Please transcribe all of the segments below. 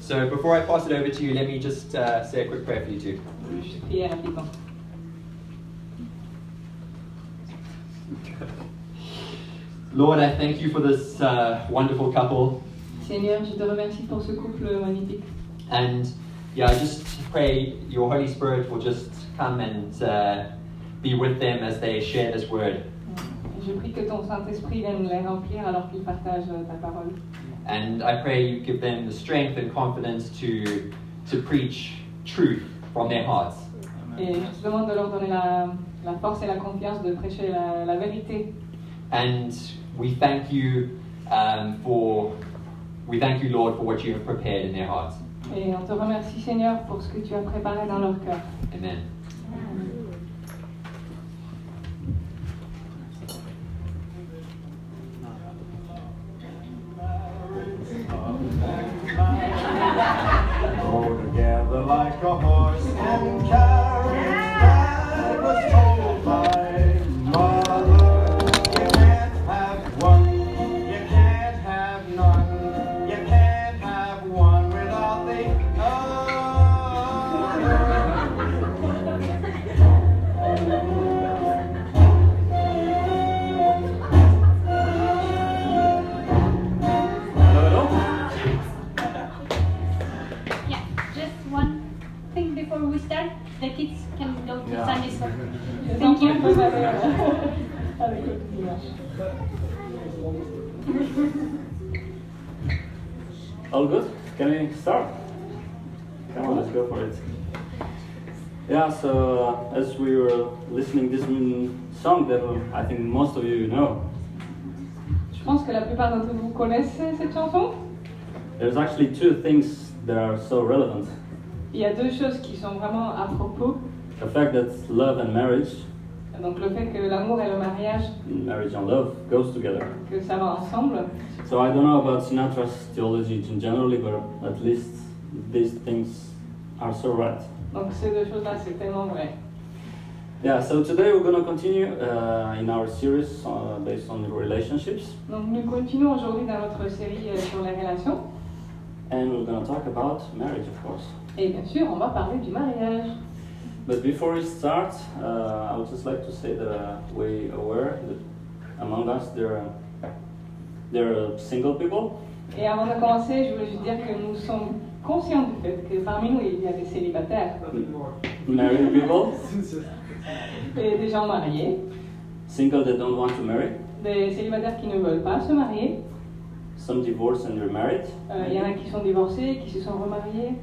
So before I pass it over to you, let me just uh, say a quick prayer for you two. Je vais prier rapidement. Lord, I thank you for this uh, wonderful couple. Seigneur, je te remercie pour ce couple magnifique. And yeah, I just pray your Holy Spirit will just come and uh, be with them as they share this word. Je prie que ton Saint-Esprit vienne les remplir alors qu'ils partagent euh, ta parole. And I pray you give them the strength and confidence to, to preach truth from their hearts. Et je te demande de leur donner la, la force et la confiance de prêcher la, la vérité. And we thank you um, for, we thank you, Lord, for what you have prepared in their hearts. Et on te remercie, Seigneur, pour ce que tu as préparé dans leur cœur. Amen. Go together like a horse and carriage. That was told by mother. You can't have one, you can't have none, you can't have one without the other. Yeah, just one thing before we start. The kids can go to Yeah. Sunday school. Les Thank enfants you. peuvent aller euh, avec le petit village. All good? Can we start? Come on, let's go for it. Yeah, so uh, as we were listening this mm, song that I think most of you know, Je pense que la plupart d'entre vous connaissent cette chanson. there's actually two things that are so relevant. Il y a deux choses qui sont vraiment à propos. The fact that love and marriage, Donc le fait que l'amour et le mariage, marriage and love, goes together. que ça va ensemble. So I don't know about Sinatra's theology in generally, but at least these things are so right. Donc ces deux choses-là, c'est tellement vrai. Yeah, so today we're gonna continue uh, in our series uh, based on relationships. Donc nous continuons aujourd'hui dans notre série euh, sur les relations. And we're going to talk about marriage, of course. Et bien sûr, on va parler du mariage. But before we start, uh, I would just like to say that uh, we aware that among us there are, there are single people, Et avant de commencer, je voulais juste dire que nous sommes conscients du fait que parmi nous, il y a des célibataires married people, et des gens mariés, single that don't want to marry, des célibataires qui ne veulent pas se marier. some divorced and remarried, Euh, Il y en a qui sont divorcés, qui se sont remariés.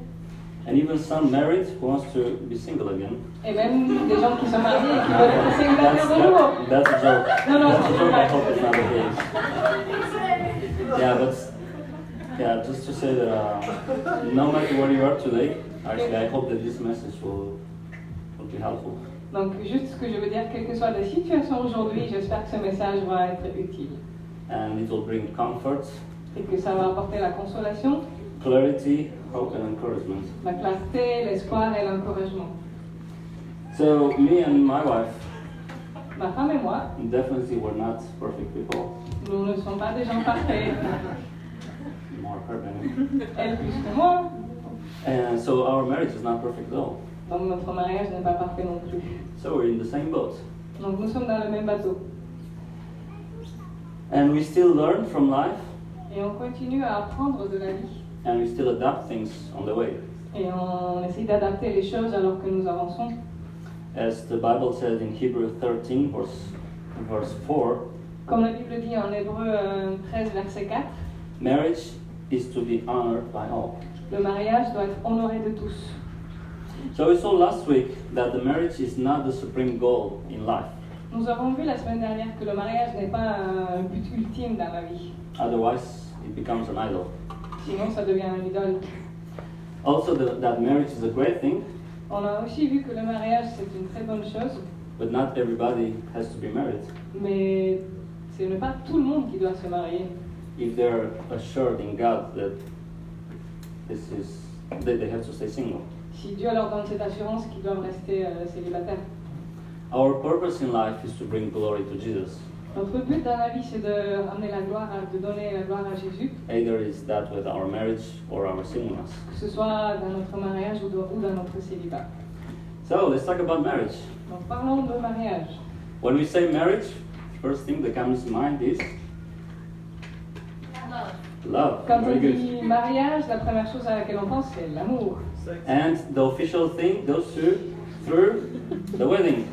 and even some married who wants to be single again. Et même des gens qui sont mariés et qui veulent être That's, célibataires de nouveau. that, that's a joke. No, no, that's a it's joke. not. I hope it's not the case. Yeah, but yeah, just to say that uh, no matter where you are today, actually, I hope that this message will will be helpful. Donc juste ce que je veux dire, quelle que soit la situation aujourd'hui, j'espère que ce message va être utile and it will bring comfort, et que ça va apporter la consolation, clarity, hope, and encouragement. la clarté, l'espoir et l'encouragement. So, me and my wife Ma femme et moi, definitely were not perfect people, nous ne sommes pas des gens parfaits, more her than me. elle plus que moi, And so, our marriage is not perfect at all. donc notre mariage n'est pas parfait non plus. So, we're in the same boat. Donc nous sommes dans le même bateau And we still learn from life, et on continue à apprendre de la vie and we still adapt things on the way. et on essaye d'adapter les choses alors que nous avançons. As the Bible says in Hebrew 13, verse, verse 4, Comme la Bible dit en Hébreu euh, 13, verset 4, marriage is to be honored by all. le mariage doit être honoré de tous. So, we saw last week that the marriage is not the supreme goal in life. Nous avons vu la semaine dernière que le mariage n'est pas euh, un but ultime dans la vie, Otherwise, it becomes an idol. sinon ça devient un idole. Also, the, that marriage is a great thing, On a aussi vu que le mariage c'est une très bonne chose, but not everybody has to be married mais ce n'est pas tout le monde qui doit se marier. if they're assured in God that this is that they have to stay single. Si Dieu leur donne cette assurance qu'ils doivent rester euh, célibataires. Our purpose in life is to bring glory to Jesus, Notre but dans la vie, c'est de ramener la gloire, à- de donner la gloire à Jésus, Either it's that with our marriage or our singleness. que ce soit dans notre mariage ou dans, ou dans notre célibat. So let's talk about marriage. Donc parlons de mariage. When we say marriage, first thing that comes to mind is Love. love. Quand on Very good. dit mariage, la première chose à laquelle on pense, c'est l'amour. And the official thing goes to through the wedding.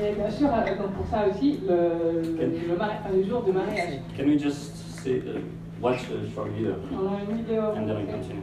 Et bien sûr, euh, donc pour ça aussi, le, le, le mari- enfin, le jour de mariage. Can we just see, uh, watch a short video On a une vidéo. and then we continue?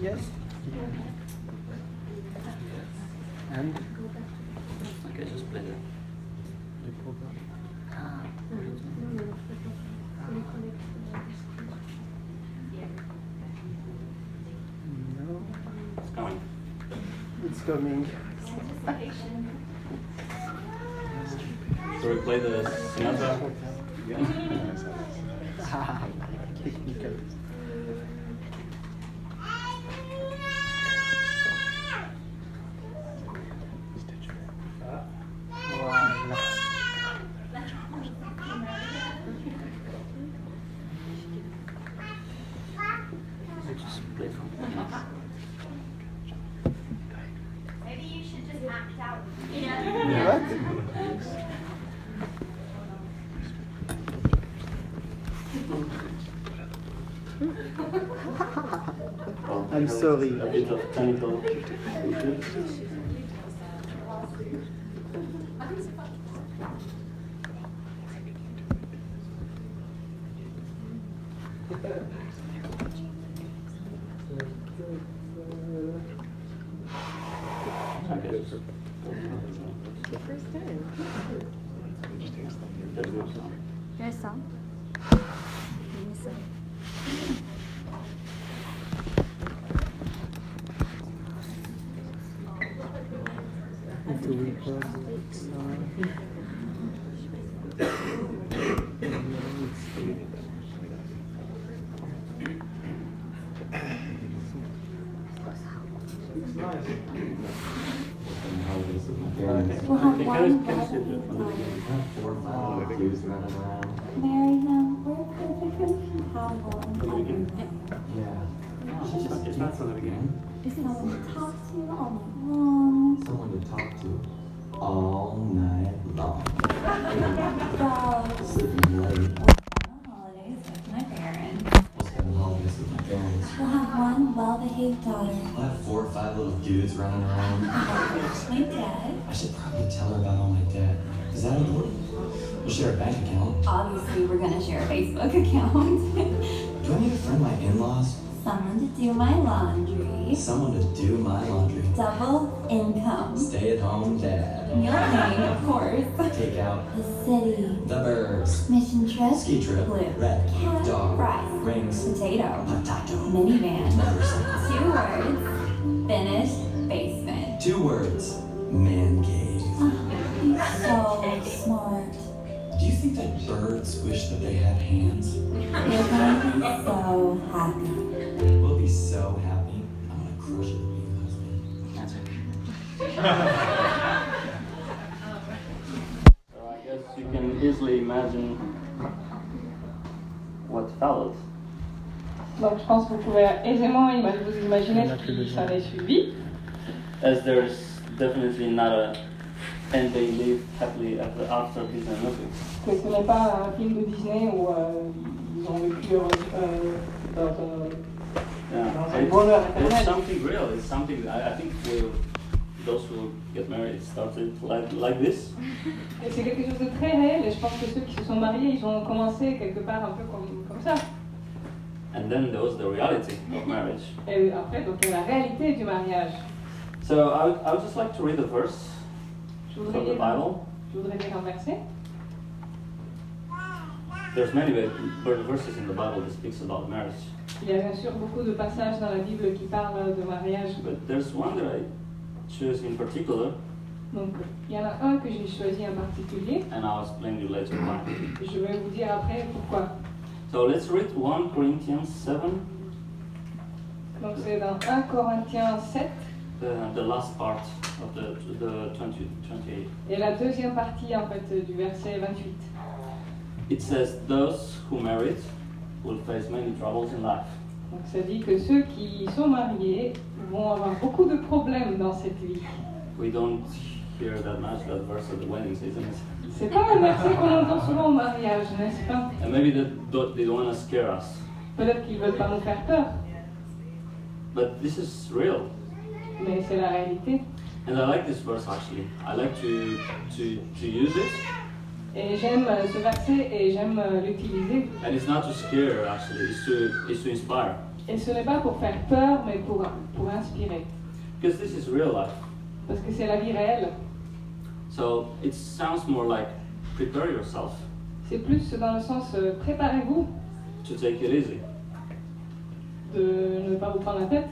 Yes. And Okay, just play that. the program. No, It's coming. it's coming. So we play the Sinatra. again. Technical. Voilà. Maybe you should just act out. Yeah. What? Oh, I'm sorry. A bit of technical. Okay. There's no sound. There's some. To record the sound. We'll have Okay, one can I- can I sit body. there for the beginning? Mary, um, no, we're perfectly compatible. For the beginning? Yeah. It's not- It's not from the beginning. Is it someone to talk to all night long? Someone to talk to all night long. About Sitting holidays with late. Oh, my parents. We'll spend all this with my parents. We'll have one well-behaved daughter. I have four or five little dudes running around. My dad. I should probably tell her about all my debt. Is that important? We'll share a bank account. Obviously, we're gonna share a Facebook account. Do I need to friend my in-laws? someone to do my laundry. Someone to do my laundry. Double income. Stay-at-home dad. Meal planning, of course. Take out The city. the birds. Mission trip. Ski trip. Blue. Red. Cat. Dog. Fries. Rings. Potato. Potato. Minivan. Motorcycle. Two words. Finished basement. Two words. Man cave. So smart. Do you think that birds wish that they had hands? They're gonna be so happy. We'll be so happy. I'm gonna crush it with you, husband. So I guess you can easily imagine what followed. Donc je pense que vous pouvez aisément ima- vous imaginer ce qui s'en est suivi. As there's definitely not a and they live happily ever after this and nothing. Que ce n'est pas un film de Disney où euh, ils ont vécu heureux, euh, dans un- Yeah. Sounds like Wonder It's, Woman. it's something real, it's something I, I think will those who get married started like like this. Et c'est quelque chose de très réel et je pense que ceux qui se sont mariés, ils ont commencé quelque part un peu comme, comme ça. And then there was the reality of marriage. Et après, donc il y a la réalité du mariage. So I would, I would just like to read a verse Je from voudrais, lire, the Bible. je voudrais lire un verset. There's many ver- verses in the Bible that speaks about marriage, Il y a bien sûr beaucoup de passages dans la Bible qui parlent de mariage. but there's one that I chose in particular, Donc, il y en a un que j'ai choisi en particulier. and I'll explain you later why. Je vais vous dire après pourquoi. So let's read 1 Corinthians 7, Donc, c'est dans 1 Corinthiens 7 the, the last part of the, the 20, 28. et la deuxième partie en fait euh, du verset 28. It says, Those who married will face many troubles in life. Donc, ça dit que ceux qui sont mariés vont avoir beaucoup de problèmes dans cette vie. We don't hear that much that verse at the weddings, isn't it? C'est pas un verset qu'on entend souvent au mariage, n'est-ce pas And maybe that don't- they don't want to scare us, Peut-être qu'ils veulent pas nous faire peur, but this is real. mais c'est la réalité. And I like this verse actually. I like to to, to use it, Et j'aime euh, ce verset et j'aime euh, l'utiliser. and it's not to scare actually. It's to it's to inspire Et ce n'est pas pour faire peur, mais pour, pour inspirer. because this is real life. Parce que c'est la vie réelle. So it sounds more like prepare yourself C'est plus dans le sens euh, préparez-vous to take it easy. de ne pas vous prendre la tête,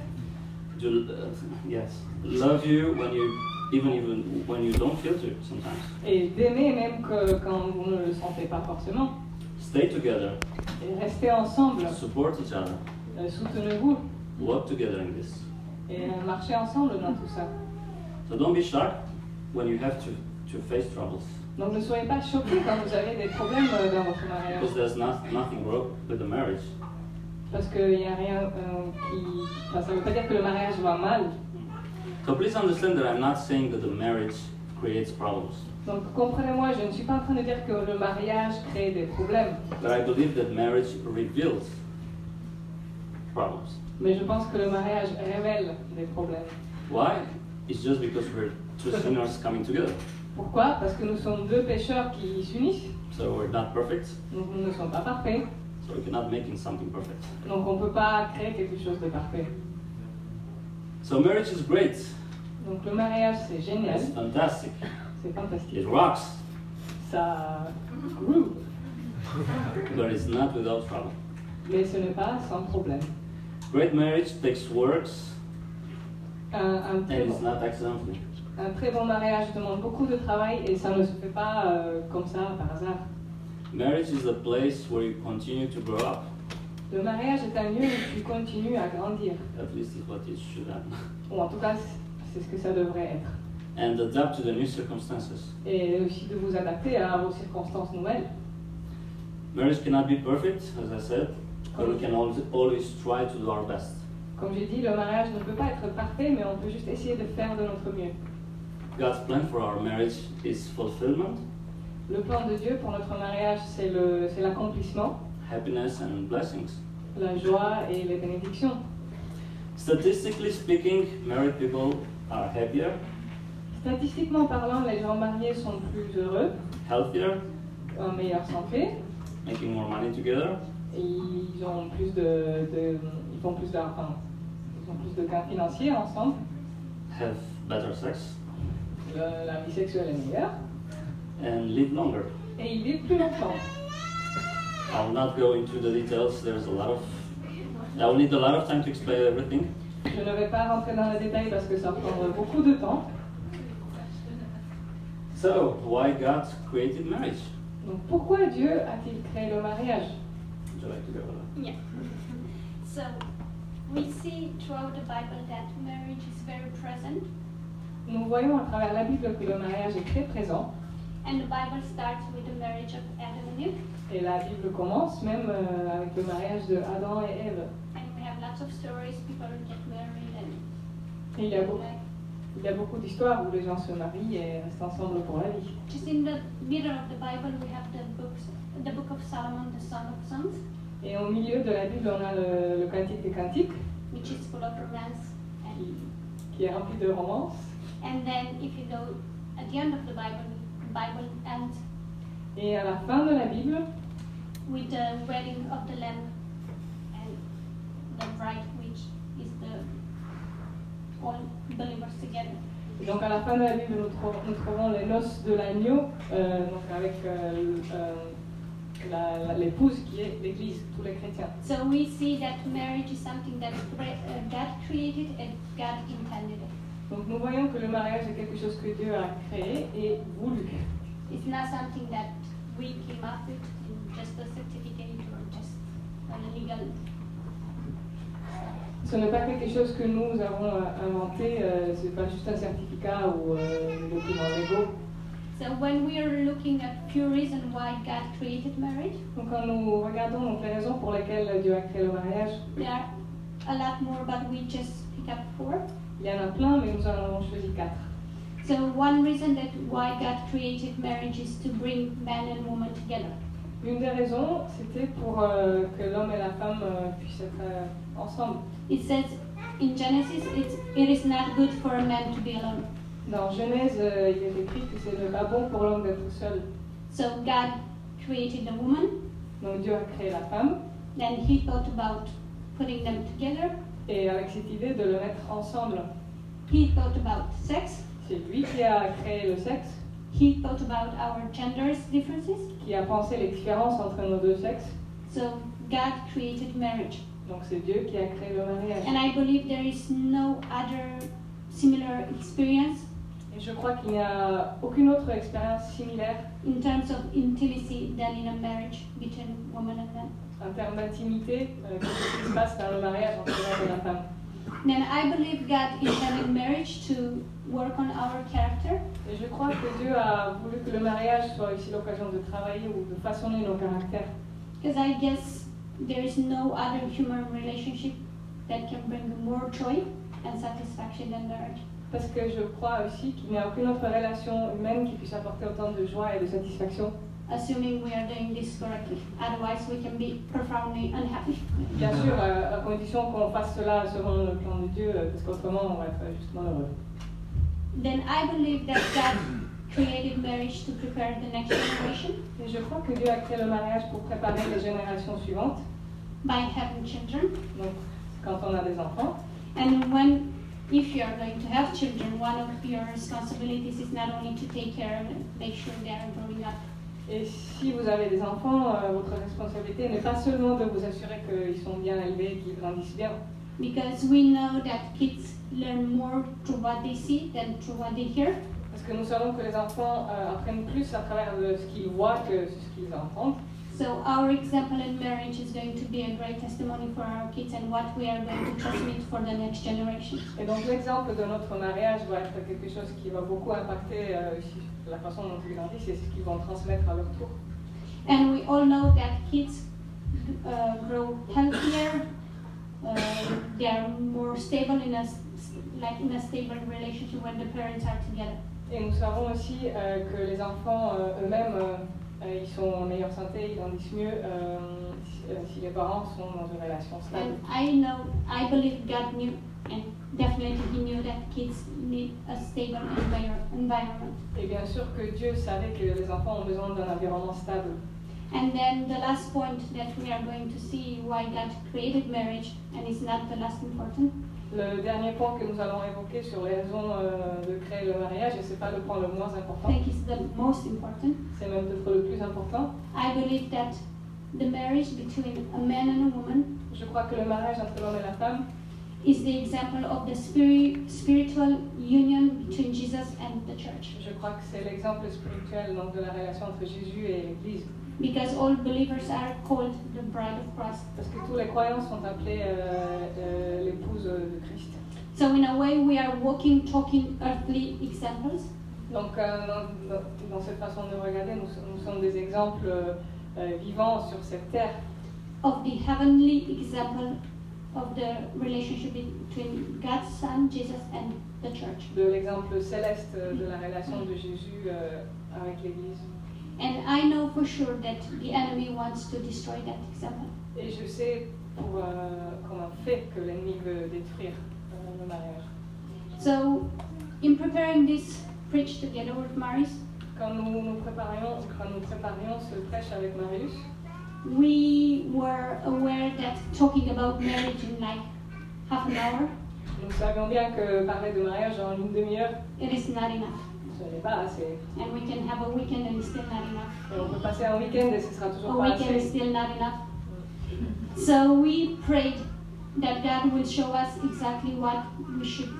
To, uh, yes, love you when you even even when you don't feel to sometimes. et d'aimer même que, quand vous ne le sentez pas forcément. Stay together, Et restez ensemble, support each other, euh, soutenez-vous work together in this. et euh, marchez ensemble dans tout ça. So don't be shy when you have to to face troubles Donc ne soyez pas choqués quand vous avez des problèmes euh, dans votre mariage. because there's not, nothing wrong with the marriage. Parce qu'il n'y a rien euh, qui. Enfin, ça ne veut pas dire que le mariage va mal. So please understand that I'm not saying that the marriage creates problems, Donc comprenez-moi, je ne suis pas en train de dire que le mariage crée des problèmes. but I believe that marriage reveals problems. Mais je pense que le mariage révèle des problèmes. Why? It's just because we're two sinners coming together. Pourquoi Parce que nous sommes deux pêcheurs qui s'unissent. So we're not perfect, Donc nous ne sommes pas parfaits. so we cannot make something perfect. Donc on ne peut pas créer quelque chose de parfait. So marriage is great. Donc le mariage, c'est génial. It's fantastic. C'est fantastique. It rocks, Ça groove. but it's not without trouble. Mais ce n'est pas sans problème. Great marriage takes works Un, un and très it's bon, not accidentally. un très bon mariage demande beaucoup de travail et ça ne se fait pas euh, comme ça par hasard. Marriage is a place where you continue to grow up. Le mariage est un lieu où tu continues à grandir. At least is what it should happen. Ou en tout cas, c- c'est ce que ça devrait être. And adapt to the new circumstances. Et aussi de vous adapter à vos circonstances nouvelles. Marriage cannot be perfect, as I said, but we can always, always try to do our best. Comme j'ai dit, le mariage ne peut pas être parfait, mais on peut juste essayer de faire de notre mieux. God's plan for our marriage is fulfillment, Le plan de Dieu pour notre mariage, c'est le- c'est l'accomplissement, happiness, and blessings. la joie et les bénédictions. Statistically speaking, married people are happier, Statistiquement parlant, les gens mariés sont plus heureux, healthier, en meilleure santé, making more money together, et ils ont plus de, de- ils font plus d'ar- enfin, ils ont plus de gains financiers ensemble. have better sex, Le- la vie sexuelle est meilleure and live longer. et ils vivent plus longtemps. I will not go into the details, there's a lot of. I will need a lot of time to explain everything. Je ne vais pas rentrer dans les détails parce que ça prendrait beaucoup de temps. So, why God created marriage? Donc pourquoi Dieu a-t-il créé le mariage Would you like to go? Yeah. So we see throughout the Bible that marriage is very present, Nous voyons à travers la Bible que le mariage est très présent and the Bible starts with the marriage of Adam and Eve, et la Bible commence même euh, avec le mariage de Adam et Ève. and we have lots of stories. People get married and Et il y a beaucoup, like il y a beaucoup d'histoires où les gens se marient et restent ensemble pour la vie. just in the middle of the Bible we have the books, the book of Solomon, the Song of Songs, Et au milieu de la Bible, on a le, le Cantique des Cantiques which is full of romance, qui, and qui est rempli de romances. and then if you go at the end of the Bible, the Bible ends Et à la fin de la Bible, with the wedding of the Lamb and the bride, which is the all believers together. donc à la fin de la Bible, nous, trou- nous trouvons les noces de l'agneau, euh, donc avec euh, le- euh, la- la- l'épouse qui est l'Église, tous les chrétiens. So we see that marriage is something that cre- uh, God created and God intended it. Donc nous voyons que le mariage est quelque chose que Dieu a créé et voulu. It's not something that we came up with in just a certificate or just a legal. Ce n'est pas quelque chose que nous avons euh, inventé, euh, ce n'est pas juste un certificat ou euh, un document légaux. So when we are looking at pure reason why God created marriage, Donc quand nous regardons donc, les raisons pour lesquelles Dieu a créé le mariage, there are a lot more, but we just pick up four. il y en a plein, mais nous en avons choisi quatre. So one reason that why God created marriage is to bring man and woman together. L'une des raisons, c'était pour euh, que l'homme et la femme euh, puissent être euh, ensemble. It says in Genesis, it's, it is not good for a man to be alone. Dans Genèse, euh, il est écrit que c'est pas bon pour l'homme d'être seul. So God created a woman, Donc Dieu a créé la femme, then He thought about putting them together. et avec cette idée de le mettre ensemble, He thought about sex. c'est lui qui a créé le sexe, He thought about our genders differences. qui a pensé les différences entre nos deux sexes. So God created marriage. Donc c'est Dieu qui a créé le mariage. And I believe there is no other similar experience Et je crois qu'il n'y a aucune autre expérience similaire in terms of intimacy than in a marriage between woman and man. en termes d'intimité euh, que ce qui se passe dans le mariage entre l'homme et la femme. Then I believe God intended marriage to work on our character. Et je crois que Dieu a voulu que le mariage soit aussi l'occasion de travailler ou de façonner nos caractères. Because I guess there is no other human relationship that can bring more joy and satisfaction than marriage. Parce que je crois aussi qu'il n'y a aucune autre relation humaine qui puisse apporter autant de joie et de satisfaction. Assuming we are doing this correctly. Otherwise, we can be profoundly unhappy. Bien sûr, euh, à condition qu'on fasse cela selon le plan de Dieu, euh, parce qu'autrement on va être juste malheureux. Then I believe that God created marriage to prepare the next generation Et je crois que Dieu a créé le mariage pour préparer les générations suivantes, by having children. donc quand on a des enfants. And when, if you are going to have children, one of your responsibilities is not only to take care of them, make sure they are growing up. Et si vous avez des enfants, euh, votre responsabilité n'est pas seulement de vous assurer qu'ils sont bien élevés, qu'ils grandissent bien, Because we know that kids learn more through what they see than through what they hear. Parce que nous savons que les enfants euh, apprennent plus à travers euh, ce qu'ils voient que ce qu'ils entendent. So our example in marriage is going to be a great testimony for our kids and what we are going to transmit for the next generation. Et donc l'exemple de notre mariage va être quelque chose qui va beaucoup impacter euh, si- la façon dont ils grandissent et ce qu'ils vont transmettre à leur tour. And we all know that kids uh, grow healthier. Uh, they are more stable in a s- like in a stable relationship when the parents are together. Et nous savons aussi euh, que les enfants euh, eux-mêmes, euh, euh, ils sont en meilleure santé, ils grandissent mieux euh, si, euh, si les parents sont dans une relation stable. And I know, I believe God knew, and definitely He knew that kids need a stable envir- environment. Et bien sûr que Dieu savait que les enfants ont besoin d'un environnement stable. And then the last point that we are going to see why God created marriage, and it's not the last important, Le dernier point que nous allons évoquer sur les raisons euh, de créer le mariage, et ce n'est pas le point le moins I important, think it's the most important. c'est même peut-être le plus important, I believe that the marriage between a man and a woman je crois que le mariage entre l'homme et la femme, is the example of the spirit, spiritual union between Jesus and the church. je crois que c'est l'exemple spirituel donc, de la relation entre Jésus et l'Église. Because all believers are called the bride of Christ. Parce que tous les croyants sont appelés euh, euh, l'épouse de Christ. So, in a way, we are walking, talking earthly examples. Donc euh, dans, dans- dans cette façon de regarder, nous, so- nous sommes des exemples euh, euh, vivants sur cette terre of the heavenly example of the relationship between God's Son, Jesus, and the church. de l'exemple céleste euh, de la relation de Jésus euh, avec l'Église. And I know for sure that the enemy wants to destroy that example. Et je sais pour, euh, comme un fait que l'ennemi veut détruire euh, le mariage. So, in preparing this preach together with Marius, Quand nous nous préparions, quand nous préparions ce prêche avec Marius, we were aware that talking about marriage in like half an hour, nous savions bien que parler de mariage en une demi-heure, it is not enough. ce ce n'est pas assez. and we can have a weekend and it's still not enough. Et on peut passer un week-end et ce sera A toujours pas weekend is assez. still not enough. So we prayed that God will show us exactly what we should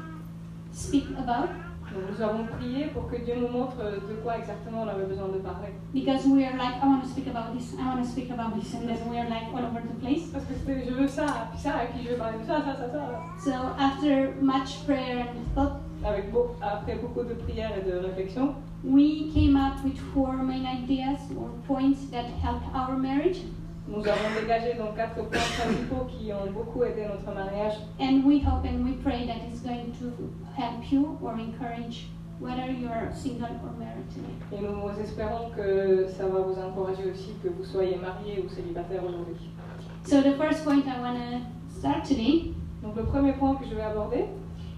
speak about Donc nous avons prié pour que Dieu nous montre de quoi exactement on avait besoin de parler. because we are like, I want to speak about this, I want to speak about this, and then we are like all over the place. Parce que c'était je veux ça, puis ça, et puis je veux parler de ça, ça, ça, ça. So after much prayer and thought, Avec beau- après beaucoup de prières et de réflexions, we came up with four main ideas or points that help our marriage, nous avons dégagé donc quatre points principaux qui ont beaucoup aidé notre mariage. and we hope and we pray that it's going to help you or encourage whether you are single or married today. Et nous espérons que ça va vous encourager aussi, que vous soyez mariés ou célibataires aujourd'hui. So the first point I want to start today Donc le premier point que je vais aborder,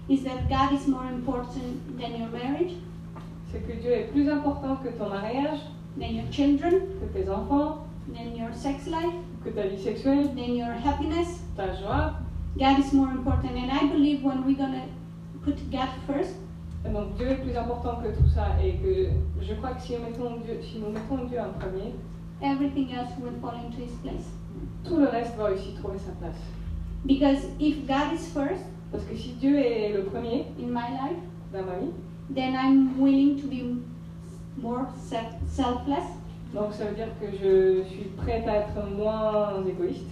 is that God is more important than your marriage, c'est que Dieu est plus important que ton mariage, than your children, que tes enfants, than your sex life, que ta vie sexuelle, than your happiness. ta joie. God is more important, and I believe when we're gonna put God first, Et Donc Dieu est plus important que tout ça et que je crois que si, mettons Dieu, si nous mettons Dieu en premier, everything else will fall into His place. tout le reste va aussi trouver sa place. Because if God is first Parce que si Dieu est le premier in my life, dans ma vie, then I'm willing to be more self- selfless. donc ça veut dire que je suis prête à être moins égoïste,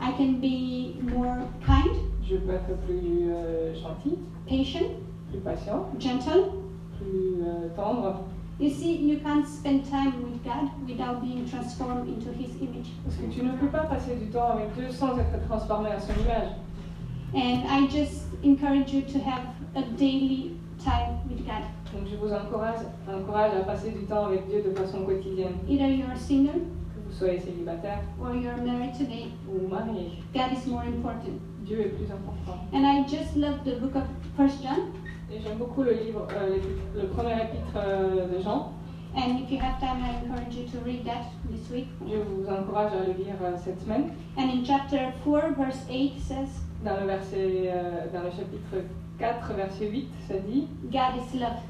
I can be more kind, je peux être plus euh, gentil, patient, plus patient, gentle. plus euh, tendre. You see, you can't spend time with God without being transformed into His image. Parce que tu ne peux pas passer du temps avec Dieu sans être transformé à son image. And I just encourage you to have a daily time with God. Donc je vous encourage, encourage à passer du temps avec Dieu de façon quotidienne, Either you're single que vous soyez célibataire or you're married today, ou marié. God is more important. Dieu est plus important. And I just love the book of First John. Et j'aime beaucoup le livre, euh, l'épître- le premier épître euh, de Jean. And if you have time, I encourage you to read that this week. Je vous encourage à le lire euh, cette semaine. And in chapter 4, verse 8 says, Dans le, verset, euh, dans le chapitre 4, verset 8, ça dit God is love.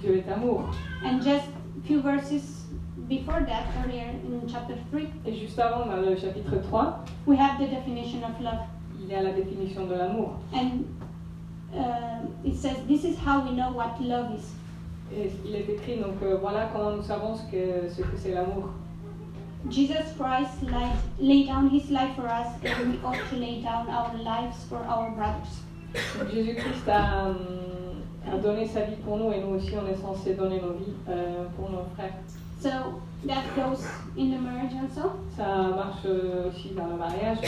Dieu est amour. And just few verses before that, earlier in chapter 3, Et juste avant, dans le chapitre 3, we have the definition of love. il y a la définition de l'amour. And uh, it says, This is how we know what love is. Et il est écrit donc euh, voilà comment nous savons ce que ce que c'est l'amour. Jesus Christ laid, laid down his life for us, and we ought to lay down our lives for our brothers. Donc, Jésus-Christ a, euh, a donné sa vie pour nous et nous aussi on est censé donner nos vies euh, pour nos frères. So that goes in the marriage also. Ça marche euh, aussi dans le mariage.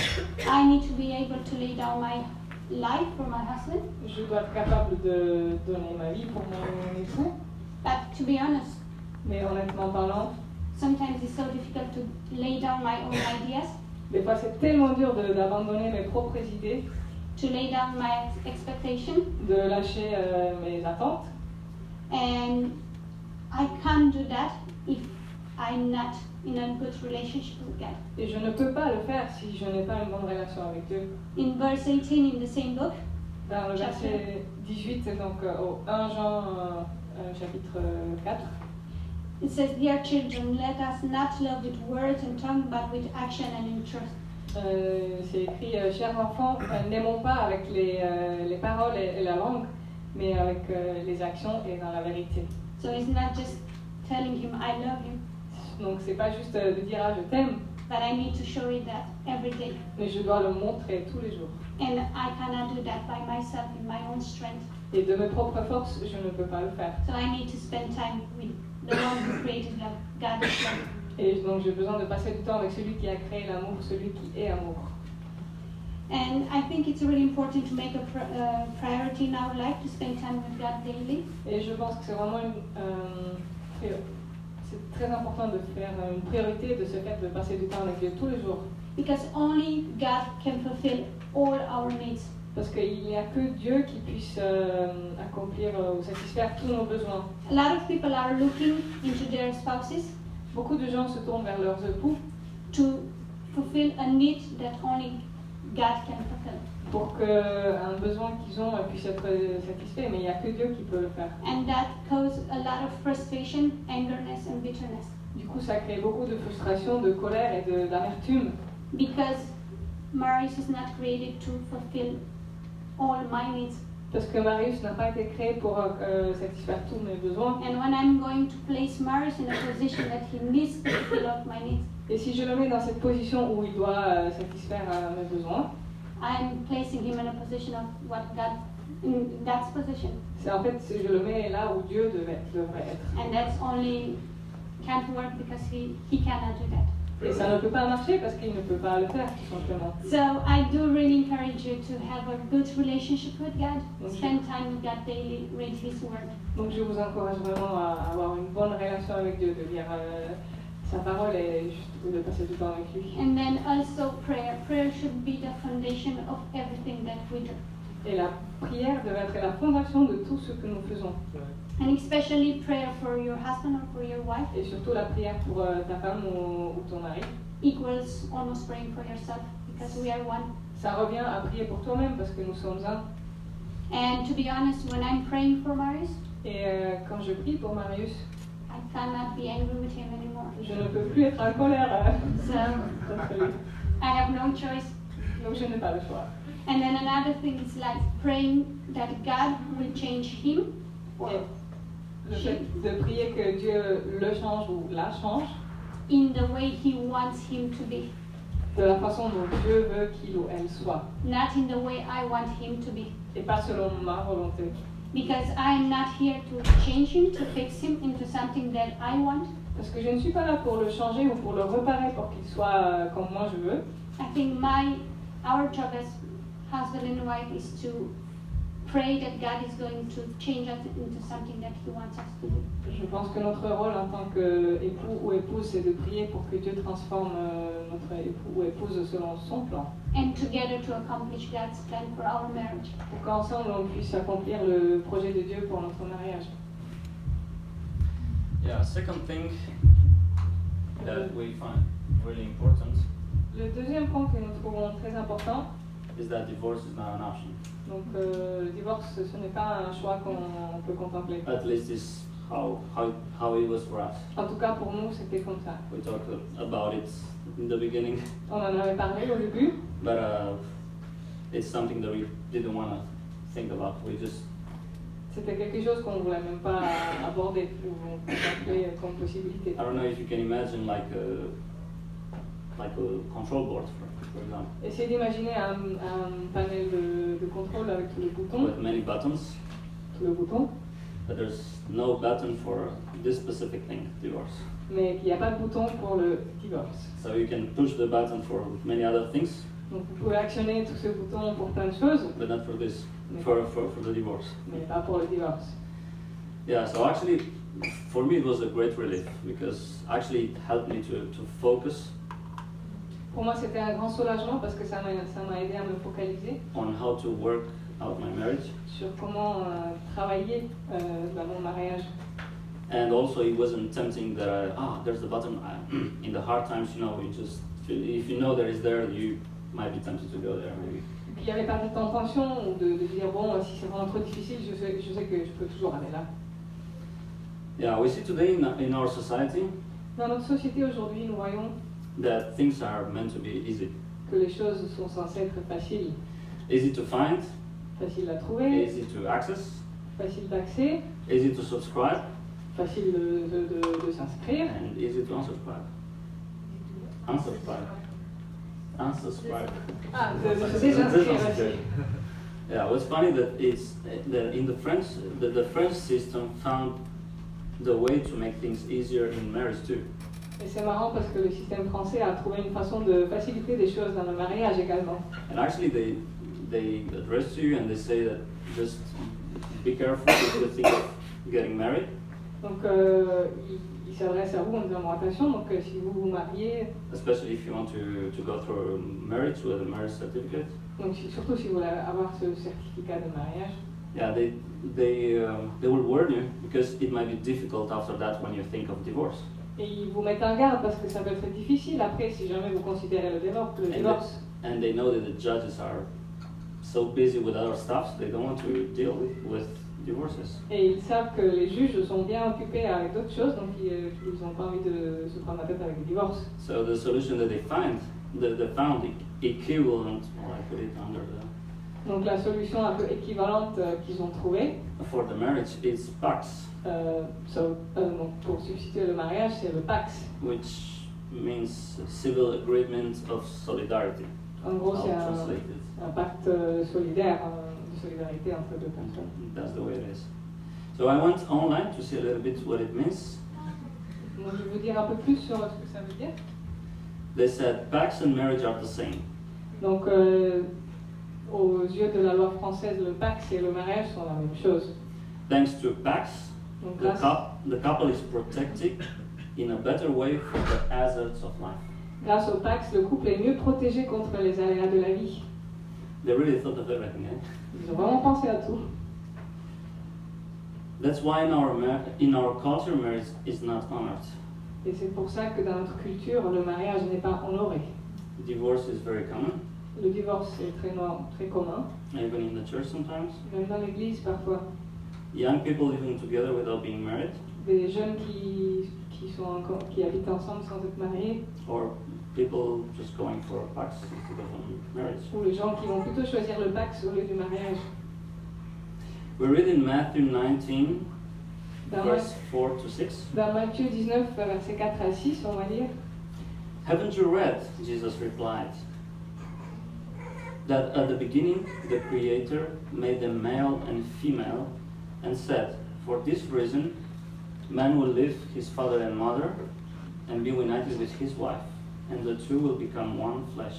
I need to be able to lay down my life for my husband, Je dois être capable de donner ma vie pour mon époux, but to be honest, mais honnêtement parlant, sometimes it's so difficult to lay down my own ideas, des fois c'est tellement dur de- d'abandonner mes propres idées, to lay down my expectation, de lâcher euh, mes attentes, and I can't do that if I'm not in a good relationship with God. et je ne peux pas le faire si je n'ai pas une bonne relation avec Dieu. In verse 18 in the same book, Dans le Chapitre. verset 18, donc euh, au 1 Jean euh, euh, chapitre 4, It says, Dear children, let us not love with words and tongue, but with action and in truth. euh, c'est écrit euh, Chers enfants, euh, n'aimons pas avec les, euh, les paroles et, et la langue, mais avec euh, les actions et dans la vérité. So it's not just telling him, I love you, Donc c'est pas juste euh, de dire Ah, je t'aime, but I need to show you that every day. mais je dois le montrer tous les jours. And I cannot do that by myself in my own strength. Et de mes propres forces, je ne peux pas le faire. So I need to spend time with the one who created love, God is love. Et donc j'ai besoin de passer du temps avec celui qui a créé l'amour, celui qui est amour. And I think it's really important to make a pr- uh, priority in our life to spend time with God daily. Et je pense que c'est vraiment une, euh, prior- c'est très important de faire euh, une priorité de ce fait de passer du temps avec Dieu tous les jours. Because only God can fulfill all our needs. Parce qu'il n'y a que Dieu qui puisse euh, accomplir euh, ou satisfaire tous nos besoins. A lot of people are looking into their spouses Beaucoup de gens se tournent vers leurs époux to fulfill a need that only God can fulfill. pour qu'un besoin qu'ils ont euh, puisse être euh, satisfait, mais il n'y a que Dieu qui peut le faire. and that caused a lot of frustration, angerness, and bitterness Du coup, ça crée beaucoup de frustration, de colère et de- d'amertume, because marriage is not created to fulfill all my needs. parce que Marius n'a pas été créé pour euh, euh, satisfaire tous mes besoins. And when I'm going to place Marius in a position that he needs to fulfill all my needs, Et si je le mets dans cette position où il doit euh, satisfaire euh, mes besoins, I'm placing him in a position of what God, in God's position, c'est en fait, je le mets là où Dieu devait- devrait être. and that's only can't work because he he cannot do that. Et ça ne peut pas marcher parce qu'il ne peut pas le faire, tout simplement. So I do really encourage you to have a good relationship with God. Spend time with God daily. Read His Word. Donc je vous encourage vraiment à avoir une bonne relation avec Dieu, de lire euh, sa parole et juste de passer du temps avec lui. And then also prayer. Prayer should be the foundation of everything that we do. Et la prière devrait être la fondation de tout ce que nous faisons. And especially prayer for your husband or for your wife Et surtout la prière pour euh, ta femme ou, ou ton mari. equals almost praying for yourself because we are one. Ça revient à prier pour toi-même parce que nous sommes un. And to be honest, when I'm praying for Marius, Et euh, quand je prie pour Marius, I cannot be angry with him anymore. je ne peux plus être en colère So euh, contre lui. I have no choice. Donc je n'ai pas le choix. And then another thing is like praying that God will change him or Le fait de prier que Dieu le change ou la change in the way he wants him to be, de la façon dont Dieu veut qu'il ou elle soit. not in the way I want him to be. Et pas selon ma volonté. Because I am not here to change him, to fix him into something that I want. Parce que je ne suis pas là pour le changer ou pour le reparer pour qu'il soit euh, comme moi je veux. I think my our job as husband and wife is to pray that God is going to change us into something that He wants us to do. Je pense que notre rôle en tant qu'époux ou épouse, c'est de prier pour que Dieu transforme euh, notre époux ou épouse selon son plan. and together to accomplish God's plan for our marriage. Pour qu'ensemble, on puisse accomplir le projet de Dieu pour notre mariage. Yeah, second thing that we find really important Le deuxième point que nous trouvons très important, is that divorce is not an option. donc euh, le divorce, ce n'est pas un choix qu'on peut contempler. At least is how, how, how it was for us. En tout cas, pour nous, c'était comme ça. We talked about it in the beginning, On en avait parlé au début, but uh, it's something that we didn't want to think about. We just c'était quelque chose qu'on ne voulait même pas aborder ou contempler comme possibilité. I don't know if you can imagine like a like a control board, for, for example, Essayez d'imaginer un, un panel de, de contrôle avec tous les boutons, with many buttons, tous les boutons, but there's no button for this specific thing, divorce. mais qu'il n'y a pas de bouton pour le divorce. So you can push the button for many other things, Donc vous pouvez actionner tous ces boutons pour plein de choses, but not for this, for for, for the divorce. mais pas pour le divorce. Yeah. So actually, for me it was a great relief because actually it helped me to to focus Pour moi, c'était un grand soulagement parce que ça m'a ça m'a aidé à me focaliser on how to work out my marriage, sur comment euh, travailler euh, dans mon mariage. and also it wasn't tempting that I ah there's the button. I, in the hard times, you know, you just feel, if you know that it's there, you might be tempted to go there maybe. Et puis il n'y avait pas de tension ou de, de dire bon, euh, si c'est vraiment trop difficile, je sais, je sais que je peux toujours aller là. Yeah, we see today in, in our society Dans notre société aujourd'hui, nous voyons that things are meant to be easy. que les choses sont censées être faciles, Easy to find, faciles à trouver, easy to access, faciles d'accès, easy to subscribe, facile de, de- de- de s'inscrire and easy to unsubscribe. Unsubscribe. Unsubscribe. Ah, de, de se désinscrire aussi. Yeah, what's funny that it's that in the French the, the French system found the way to make things easier in marriage too. Et c'est marrant parce que le système français a trouvé une façon de faciliter des choses dans le mariage également. And actually they they address you and they say that just be careful if you think of getting married. Donc euh, il, il s'adresse à vous en disant bon, attention, donc euh, si vous vous mariez, especially if you want to, to go through a marriage with a marriage certificate. donc si- surtout si vous voulez avoir ce certificat de mariage, Yeah, they they uh, they will warn you because it might be difficult after that when you think of divorce. et ils vous mettent en garde parce que ça peut être Eh difficile après si jamais vous considérez le divorce. Le And, divorce. and they know that the judges are so busy with other stuff, they don't want to deal with divorces. Et ils savent que les juges sont bien occupés avec d'autres choses, donc ils n'ont pas envie de se prendre la tête avec des divorces. So the solution that they find, that they found e- equivalent, or I put it under the, Donc la solution un peu équivalente euh, qu'ils ont trouvée, for the marriage is pax, euh, ça- euh, donc, pour substituer le mariage, c'est le pax. which means civil agreement of solidarity. En gros, I'll c'est un, translate it. un pacte euh, solidaire, euh, de solidarité entre deux personnes. That's the way it is. So I went online to see a little bit what it means. Moi, je vais vous dire un peu plus sur ce que ça veut dire. They said pax and marriage are the same. Donc, euh, aux yeux de la loi française, le pax et le mariage sont la même chose. Thanks to pax, Donc, the, grâce, cou- the couple is protected in a better way from the hazards of life. grâce au pax, le couple est mieux protégé contre les aléas de la vie. They really thought of everything. Eh? Ils ont vraiment pensé à tout. That's why in our ma- in our culture marriage is not honored. Et c'est pour ça que dans notre culture, le mariage n'est pas honoré. Divorce is very common, Le divorce est très, no- très commun, even in the church sometimes. même dans l'église parfois. Young people living together without being married, Des jeunes qui, qui, sont encore, qui habitent ensemble sans être mariés, or people just going for a pax instead of a marriage. ou les gens qui vont plutôt choisir le pax au lieu du mariage. We read in Matthew 19, Dans, verse 4 to 6. dans Matthieu 19, versets 4 à 6, on va lire. Haven't you read, Jesus replied, that at the beginning the Creator made them male and female and said, For this reason, man will leave his father and mother and be united with his wife, and the two will become one flesh.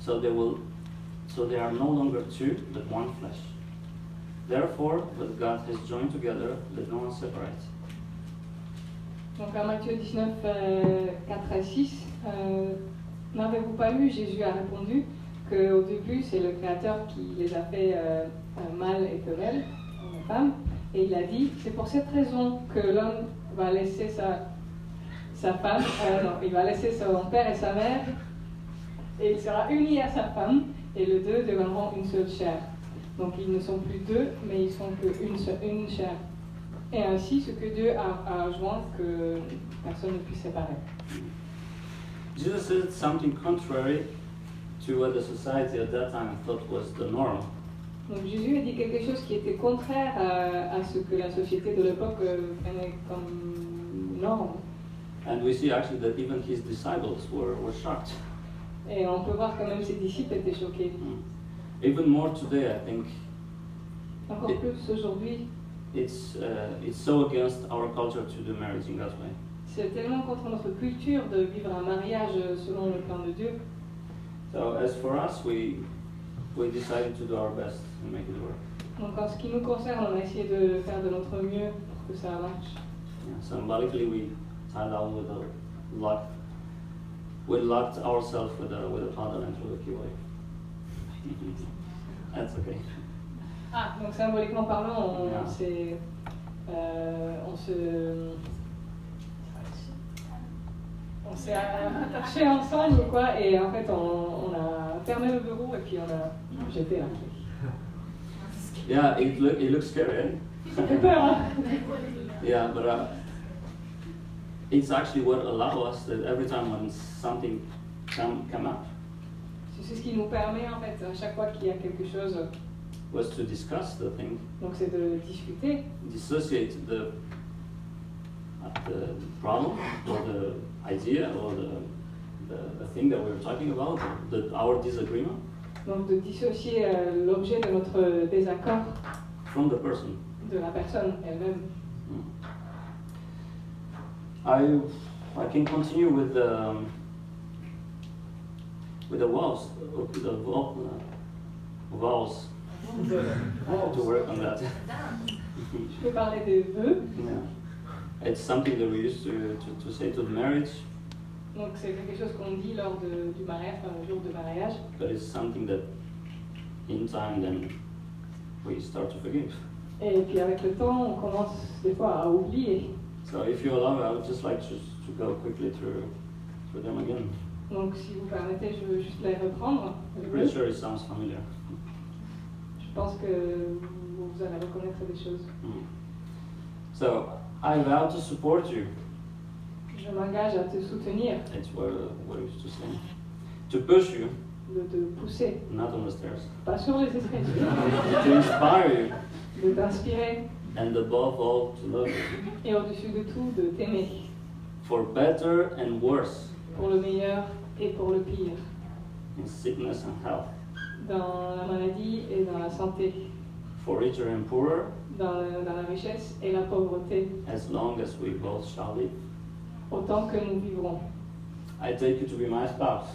So they will so they are no longer two but one flesh. Therefore, what God has joined together, let no one separate. Donc à Matthieu 19, euh, 4 à 6, euh, n'avez-vous pas lu Jésus a répondu qu'au début c'est le Créateur qui les a fait euh, euh, mâle et femelle, homme et femme, et il a dit c'est pour cette raison que l'homme va laisser sa, sa femme, euh, non, il va laisser son père et sa mère, et il sera uni à sa femme, et les deux deviendront une seule chair. Donc ils ne sont plus deux, mais ils sont qu'une une chair. Et ainsi, ce que Dieu a, a joint, que personne ne puisse séparer. Jesus said something contrary to what the society at that time thought was the norm. Donc Jésus a dit quelque chose qui était contraire à, à ce que la société de l'époque euh, prenait comme norme. And we see actually that even his disciples were, were shocked. Et on peut voir quand même ses disciples étaient choqués. Mm. Even more today, I think Encore plus aujourd'hui, it's, uh, it's so against our culture to do marriage in God's way. c'est tellement contre notre culture de vivre un mariage selon le plan de Dieu. So, as for us, we, we decided to do our best and make it work. Donc en ce qui nous concerne, on a essayé de faire de notre mieux pour que ça marche. Yeah, symbolically, we tied out with a lock. We locked ourselves with a, with a paddle and threw the key away. That's okay. Ah, donc symboliquement parlant, on, Yeah. s'est, euh, on se. On s'est attaché ensemble ou quoi, et en fait on, on a fermé le bureau et puis on a jeté la clé. Yeah, it, loo- it looks scary. Ça fait eh? peur, hein yeah, but uh, it's actually what allow us that every time when something come come up C'est ce qui nous permet en fait, à chaque fois qu'il y a quelque chose, was to discuss the thing, donc c'est de discuter, dissociate the uh, the problem or the idea or the the, the thing that we were talking about, the, our disagreement donc de dissocier euh, l'objet de notre désaccord from the person. de la personne elle-même. I I can continue with um, with the vows, with the vo- uh, vows to work on that. Je peux parler des vœux, yeah, it's something that we used to, to, to say to the marriage, donc c'est quelque chose qu'on dit lors de- du mariage, enfin, le jour de mariage. but it's something that in time then we start to forgive. Et puis avec le temps, on commence des fois à oublier. So if you allow, I would just like to to go quickly through through them again. Donc si vous permettez, je veux juste les reprendre. I'm pretty sure it sounds familiar. pense que vous, vous allez reconnaître des choses. Hmm. So I vow to support you. Je m'engage à te soutenir, That's what, what I used to say. To push you, de te pousser, not on the stairs. pas sur les escaliers, To inspire you, de t'inspirer and above all, to love you. et au-dessus de tout, de t'aimer, For better and worse, pour le meilleur et pour le pire, in sickness and health. dans la maladie et dans la santé, For richer and poorer, dans la, dans la richesse et la pauvreté, as long as we both shall live. autant que nous vivrons. I take you to be my spouse.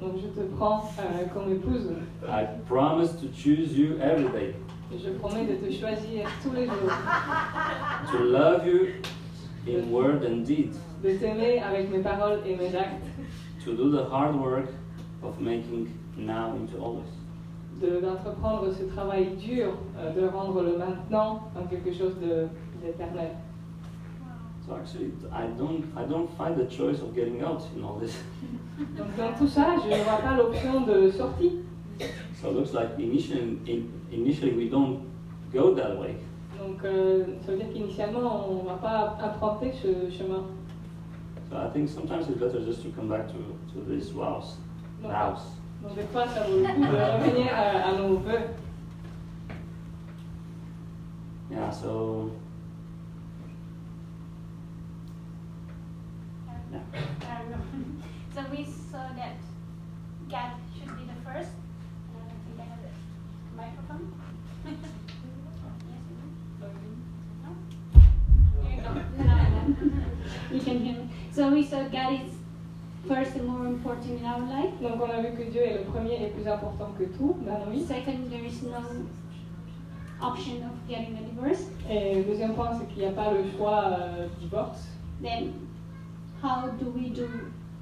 Donc je te prends euh, comme épouse, I promise to choose you every day, et je promets de te choisir tous les jours, to love you in word and deed, de t'aimer avec mes paroles et mes actes, to do the hard work of making now into always. de- d'entreprendre ce travail dur, euh, de rendre le maintenant en quelque chose de- d'éternel. So actually, I don't, I don't find the choice of getting out in all this. Donc dans tout ça, je ne vois pas l'option de sortie. So it looks like initially, in, initially we don't go that way. Donc euh, ça veut dire qu'initialement, on ne va pas emprunter ce chemin. So I think sometimes it's better just to come back to, to these vows. Donc, Vows. donc des fois, ça vaut le coup de revenir à, à nos vœux. Yeah, so. Yeah. I don't know. So Um, we saw that God should be the first. And I don't think I have the microphone. yes, no? Here you go. You can hear me. So we saw God is first and more important in our life. Donc on a vu que Dieu est le premier et plus important que tout dans nos vies. Second, there is no option of getting a divorce. Et le deuxième point, c'est qu'il n'y a pas le choix euh, divorce. Then, how do we do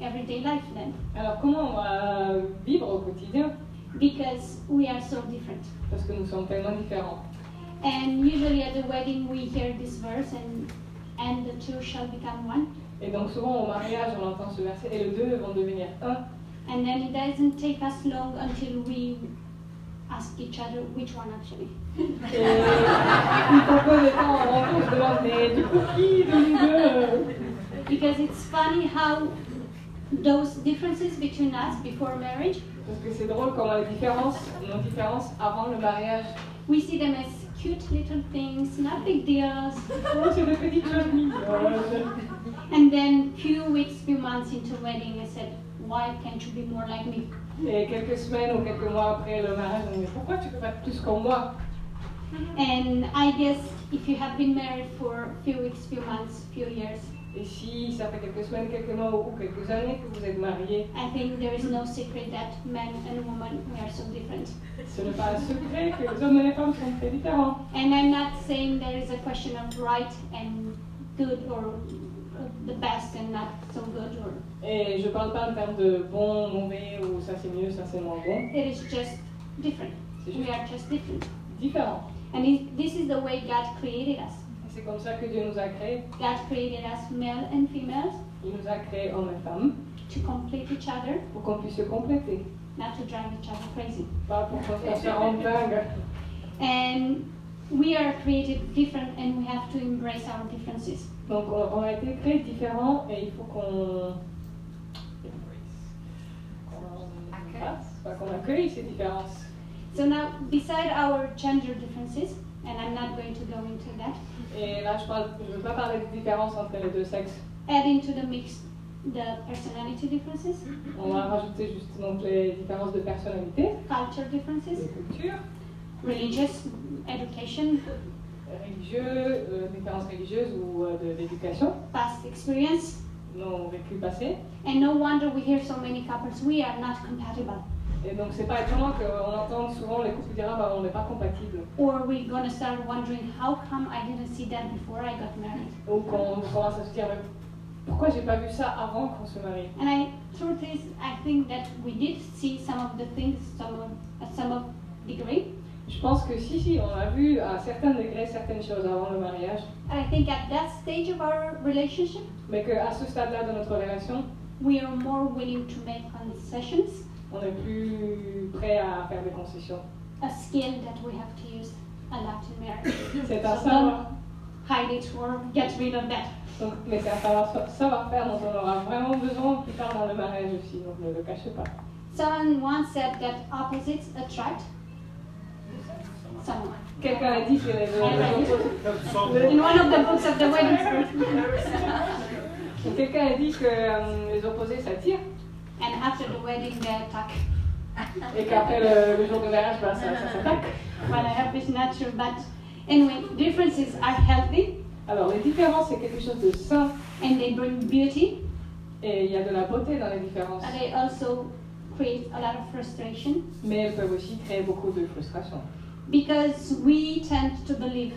everyday life then? Alors comment on va vivre au quotidien Because we are so different. Parce que nous sommes tellement différents. And usually at the wedding, we hear this verse and and the two shall become one. Et donc souvent au mariage, on entend ce verset et les deux vont devenir un. And then it doesn't take us long until we ask each other which one actually. Et il faut peu de temps, on rencontre, on se demande, mais du coup, qui de nous deux euh, Because it's funny how those differences between us before marriage, Parce que c'est drôle comment les différences, nos différences avant le mariage. we see them as cute little things, not big deals. Oh, c'est des petites choses mignonnes. And then few weeks, few months into wedding, I said, why can't you be more like me? Et quelques semaines ou quelques mois après le mariage, on me dit, pourquoi tu peux pas être plus qu'en moi And I guess if you have been married for a few weeks, few months, few years, Et si ça fait quelques semaines, quelques mois ou quelques années que vous êtes mariés, I think there is no secret that men and women we are so different. ce n'est pas un secret que les hommes et les femmes sont très différents. And I'm not saying there is a question of right and good or uh, the best and not so good or Et je parle pas en termes de bon, mauvais, ou ça c'est mieux, ça c'est moins bon. it is just different. C'est We juste are just different. différent. And it, this is the way God created us. Et C'est comme ça que Dieu nous a créés. God created us male and females Il nous a créés hommes et femmes to complete each other, pour qu'on puisse se compléter, not to drive each other crazy. pas pour qu'on se rende dingue. And we are created different and we have to embrace our differences. Donc on, on a été créés différents et il faut qu'on qu'on- ah, c'est pas qu'on accueille ces différences. So now, beside our gender differences, and I'm not going to go into that, Et là, je parle, je veux pas parler des différences entre les deux sexes. add into the mix the personality differences, On va rajouter juste donc les différences de personnalité, culture de differences, culture, religious education, religieux, euh, différences religieuses ou euh, de l'éducation, past experience, nos vécus passés. and no wonder we hear so many couples we are not compatible, Et donc c'est pas étonnant qu'on entende souvent les couples dire ah bah on n'est pas compatibles or we're gonna start wondering how come I didn't see that before I got married. ou qu'on commence à se dire mais pourquoi j'ai pas vu ça avant qu'on se marie. And I, truth is, I think that we did see some of the things, some of, uh, some of degree, Je pense que si si on a vu à certains degrés certaines choses avant le mariage, and I think at that stage of our relationship. mais qu'à ce stade-là de notre relation, we are more willing to make concessions on est plus prêt à faire des concessions. a skill that we have to use a lot in marriage. C'est un So savoir. don't hide it or get rid of that. Donc, mais c'est un savoir- savoir-faire dont on aura vraiment besoin plus tard dans le mariage aussi, donc ne le cachez pas. Someone once said that opposites attract someone. Quelqu'un a dit que les deux- In one of the books of the wedding. Quelqu'un a dit que euh, les opposés s'attirent And after the wedding, they attack. et qu'après le, le jour de mariage, ben, ça, ça s'attaque. Well, I hope it's not true, but anyway, differences are healthy Alors les différences, c'est quelque chose de sain and they bring beauty, et il y a de la beauté dans les différences, but they also create a lot of frustration mais elles peuvent aussi créer beaucoup de frustration. because we tend to believe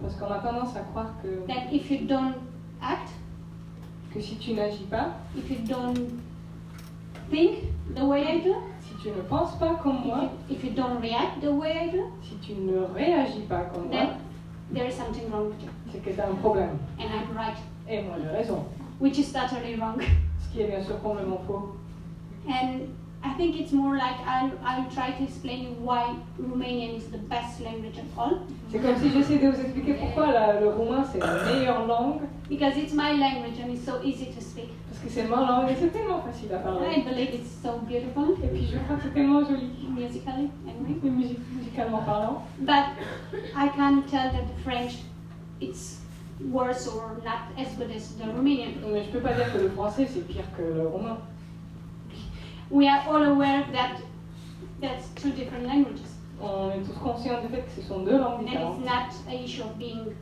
Parce qu'on a tendance à croire que, that if you don't act, que si tu n'agis pas, if you don't think the way I do, si tu ne penses pas comme if moi, you, if you don't react the way I do, si tu ne réagis pas comme moi, then there is something wrong with you. c'est que tu as un problème. And I'm right, Et moi, j'ai raison. which is totally wrong. Ce qui est bien sûr complètement faux. And I think it's more like I'll, I'll try to explain why Romanian is the best language of all. C'est comme si j'essayais de vous expliquer pourquoi la- le roumain c'est la meilleure langue, Because it's my language and it's so easy to speak. parce que c'est ma langue et c'est tellement facile à I parler. believe it's so beautiful, Et puis je crois que c'est tellement joli, musically anyway. mais music- musicalement parlant. But I can't tell that the French it's worse or not as good as the Romanian. Mais je peux pas dire que le français c'est pire que le roumain. We are all aware that that's two different languages. On est tous conscients du fait que ce sont deux langues And it's différentes. not an issue of being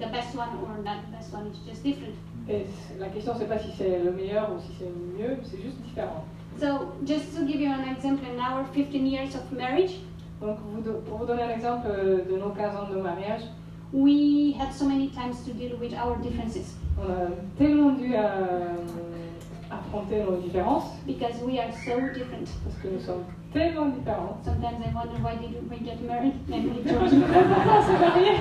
the best one or not the best one, it's just different. Et c- la question c'est pas si c'est le meilleur ou si c'est le mieux, c'est juste différent. So just to give you an example, in our 15 years of marriage, Donc vous do- pour vous donner un exemple euh, de nos 15 ans de mariage, we had so many times to deal with our differences On a tellement dû euh, affronter nos différences because we are so different. parce que nous sommes tellement différents. Sometimes I wonder why did we get married and we On don't. se comprend pas, c'est varié.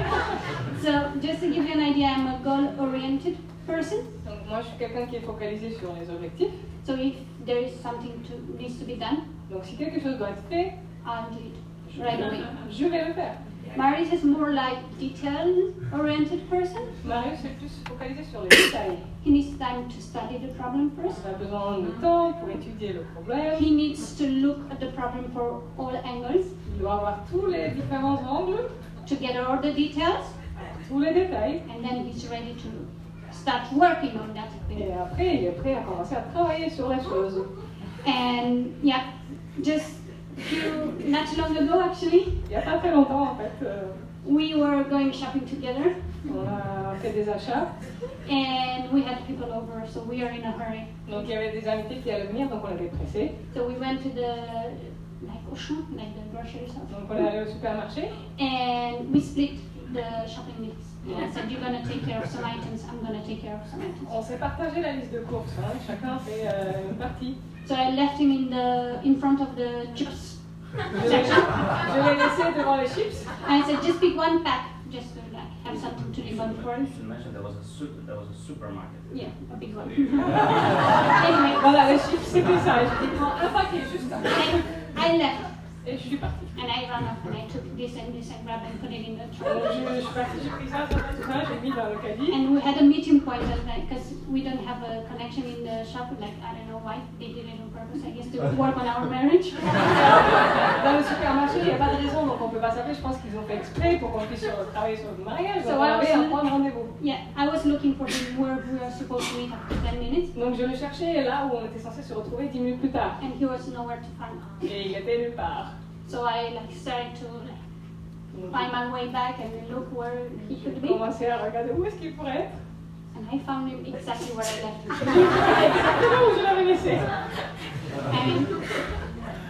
So just to give you an idea, I'm a goal-oriented person. Donc moi, je suis quelqu'un qui est focalisé sur les objectifs. So if there is something to needs to be done, Donc si quelque chose doit être fait, I'll do it right away. je vais le faire. Marius is more like detail-oriented person. Marius est plus focalisé sur les détails. He needs time to study the problem first. On a besoin de temps pour étudier le problème. He needs to look at the problem for all angles, Il doit avoir tous les différents angles, to gather all the details, tous les détails. and then he's ready to start working on that Et thing. après, il est prêt à commencer à travailler sur la chose. And yeah, just few not long ago actually, Il n'y a pas très longtemps, en fait, euh, we were going shopping together, on a fait des achats. and we had people over, so we are in a hurry. Donc il y avait des invités qui allaient venir, donc on avait pressé. So we went to the like Auchan, like the grocery Donc shop, on est allé au supermarché and we split the shopping list. And I said, you're gonna take care of some items, I'm gonna take care of some items. On s'est partagé la liste de courses, hein. chacun fait euh, une partie. So I left him in the in front of the chips. Je l'ai je l'ai laissé devant les chips. And I said, just pick one pack, just to like have something to live on for. You should mention there was a super, there was a supermarket. Yeah, a big one. anyway, Voilà, les chips c'était ça. Et Je dis prends un paquet juste là. I, I left Et je suis partie. and I ran off and I took this and this and grabbed and put it in the Donc trunk. je, je suis partie, j'ai pris ça, ça, ça, tout ça, j'ai mis dans le caddie. And we had a meeting point at night because we don't have a connection in the shop. Like I don't know why they did it on purpose. I guess to work on our marriage. Dans le supermarché, il n'y a pas de raison, donc on ne peut pas s'appeler. Je pense qu'ils ont fait exprès pour qu'on puisse sur- travailler sur le mariage. Ça Donc on va avait un aussi. point de rendez-vous. Yeah, I was looking for him where we were supposed to meet after ten minutes, Donc je le cherchais là où on était censé se retrouver 10 minutes plus tard. and he was nowhere to find. Et il était nulle part. So I like started to like Donc, find my way back and look where he could J'ai be, commencé à regarder où est-ce qu'il pourrait être. and I found him exactly where I left him. Exactement où je l'avais laissé. I mean,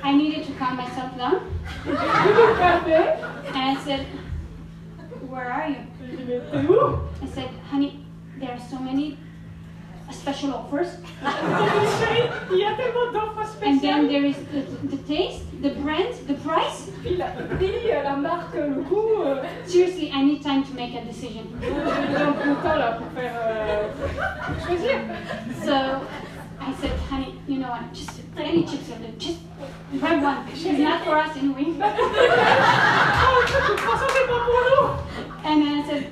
I needed to calm myself down, Je l'ai regardé. and I said, "Where are you?" Je dis, mais t'es où I said, "Honey, there are so many special offers, J'ai dit, chérie, il y a tellement d'offres and spéciales. then there is the, the taste, the brand, the price. Puis la prix, euh, la marque, le goût. euh, Seriously, I need time to make a decision." J'ai mis un peu de temps là pour faire euh, pour choisir. So I said, "Honey, you know what? Just any chips are good. Just Grab one. She's not for us anyway. And then I said,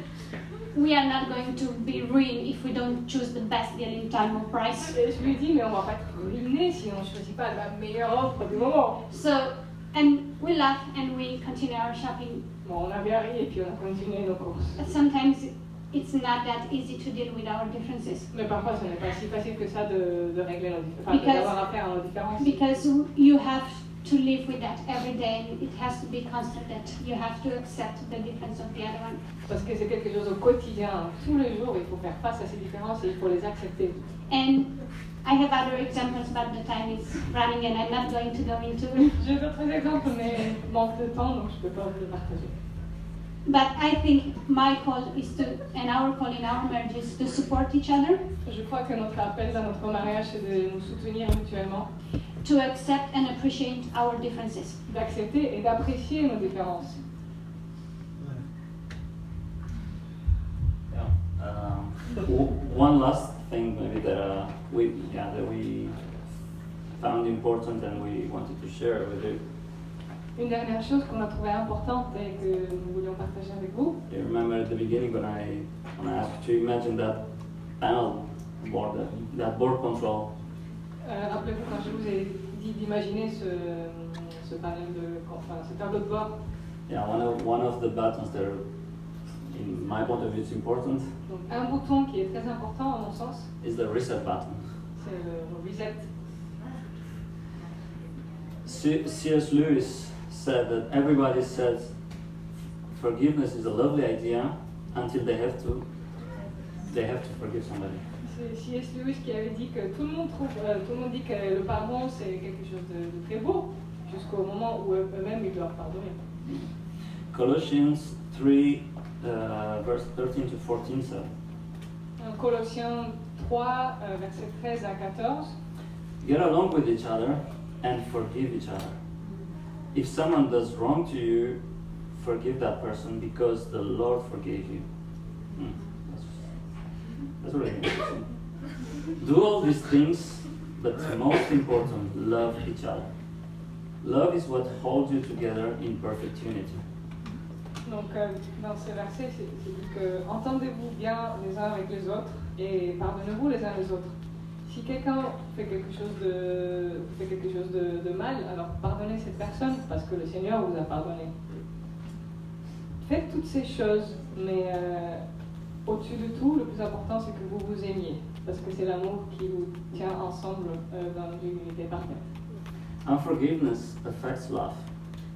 we are not going to be ruined if we don't choose the best deal in time or price. Et je lui ai dit, mais on va pas être ruiné si on choisit pas la meilleure offre du moment. So, and we laugh and we continue our shopping. Bon, on a bien ri et puis on a continué nos courses. But sometimes it's not that easy to deal with our differences Mais parfois, ce n'est pas si facile que ça de, de régler nos différences, enfin, de Because- d'avoir affaire à nos différences. because you have to live with that every day and it has to be constant that you have to accept the difference of the other one. Parce que c'est quelque chose au quotidien. Tous les jours, il faut faire face à ces différences et il faut les accepter. And I have other examples, but the time is running and I'm not going to go into. J'ai d'autres exemples, mais manque de temps, donc je ne peux pas vous les partager. But I think my call is to, and our call in our marriage is to support each other, Je crois que notre appel dans notre mariage, c'est de nous soutenir mutuellement, to accept and appreciate our differences. d'accepter et d'apprécier nos différences. Yeah. Um, w- one last thing maybe that uh, we yeah that we found important and we wanted to share with you. Une dernière chose qu'on a trouvée importante et que nous voulions partager avec vous, Do you remember at the beginning when I when I asked you to imagine that panel board that, that board control? euh, rappelez-vous quand je vous ai dit d'imaginer ce, ce panel de, enfin, ce tableau de bord, Yeah, one of one of the buttons that are, in my point of view is important donc un bouton qui est très important à mon sens, is the reset button. c'est le reset. C- C.S. Lewis said that everybody says forgiveness is a lovely idea until they have to they have to forgive somebody. C'est C.S. Lewis qui avait dit que tout le monde trouve, euh, tout le monde dit que le pardon c'est quelque chose de, de très beau, jusqu'au moment où eux-mêmes ils doivent pardonner. Colossians 3 uh, verse 13 to 14 said, En Colossiens 3, euh, versets 13 à 14. Get along with each other and forgive each other. If someone does wrong to you, forgive that person because the Lord forgave you. Hmm, that's- That's really interesting. Do all these things, but most important, love each other. Love is what holds you together in perfect unity. Donc euh, dans ce verset, c'est c'est dit que entendez-vous bien les uns avec les autres et pardonnez-vous les uns les autres. Si quelqu'un fait quelque chose de, fait quelque chose de, de mal, alors pardonnez cette personne parce que le Seigneur vous a pardonné. Faites toutes ces choses, mais euh, au-dessus de tout, le plus important c'est que vous vous aimiez parce que c'est l'amour qui vous tient ensemble euh, dans l'unité parfaite. Unforgiveness affects love.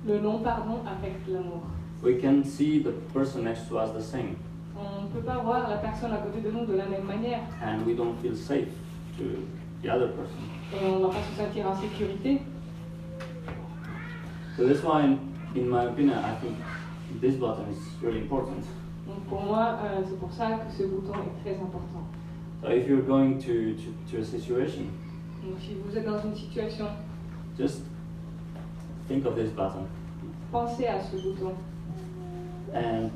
Le non-pardon affecte l'amour. We can see the person next to us the same, On ne peut pas voir la personne à côté de nous de la même manière. and we don't feel safe to the other person. et on ne va pas se sentir en sécurité. So that's why, in, in my opinion, I think this button is really important. Donc pour moi, euh, c'est pour ça que ce bouton est très important. So if you're going to, to, to a situation, Donc si vous êtes dans une situation, just think of this button. pensez à ce bouton. And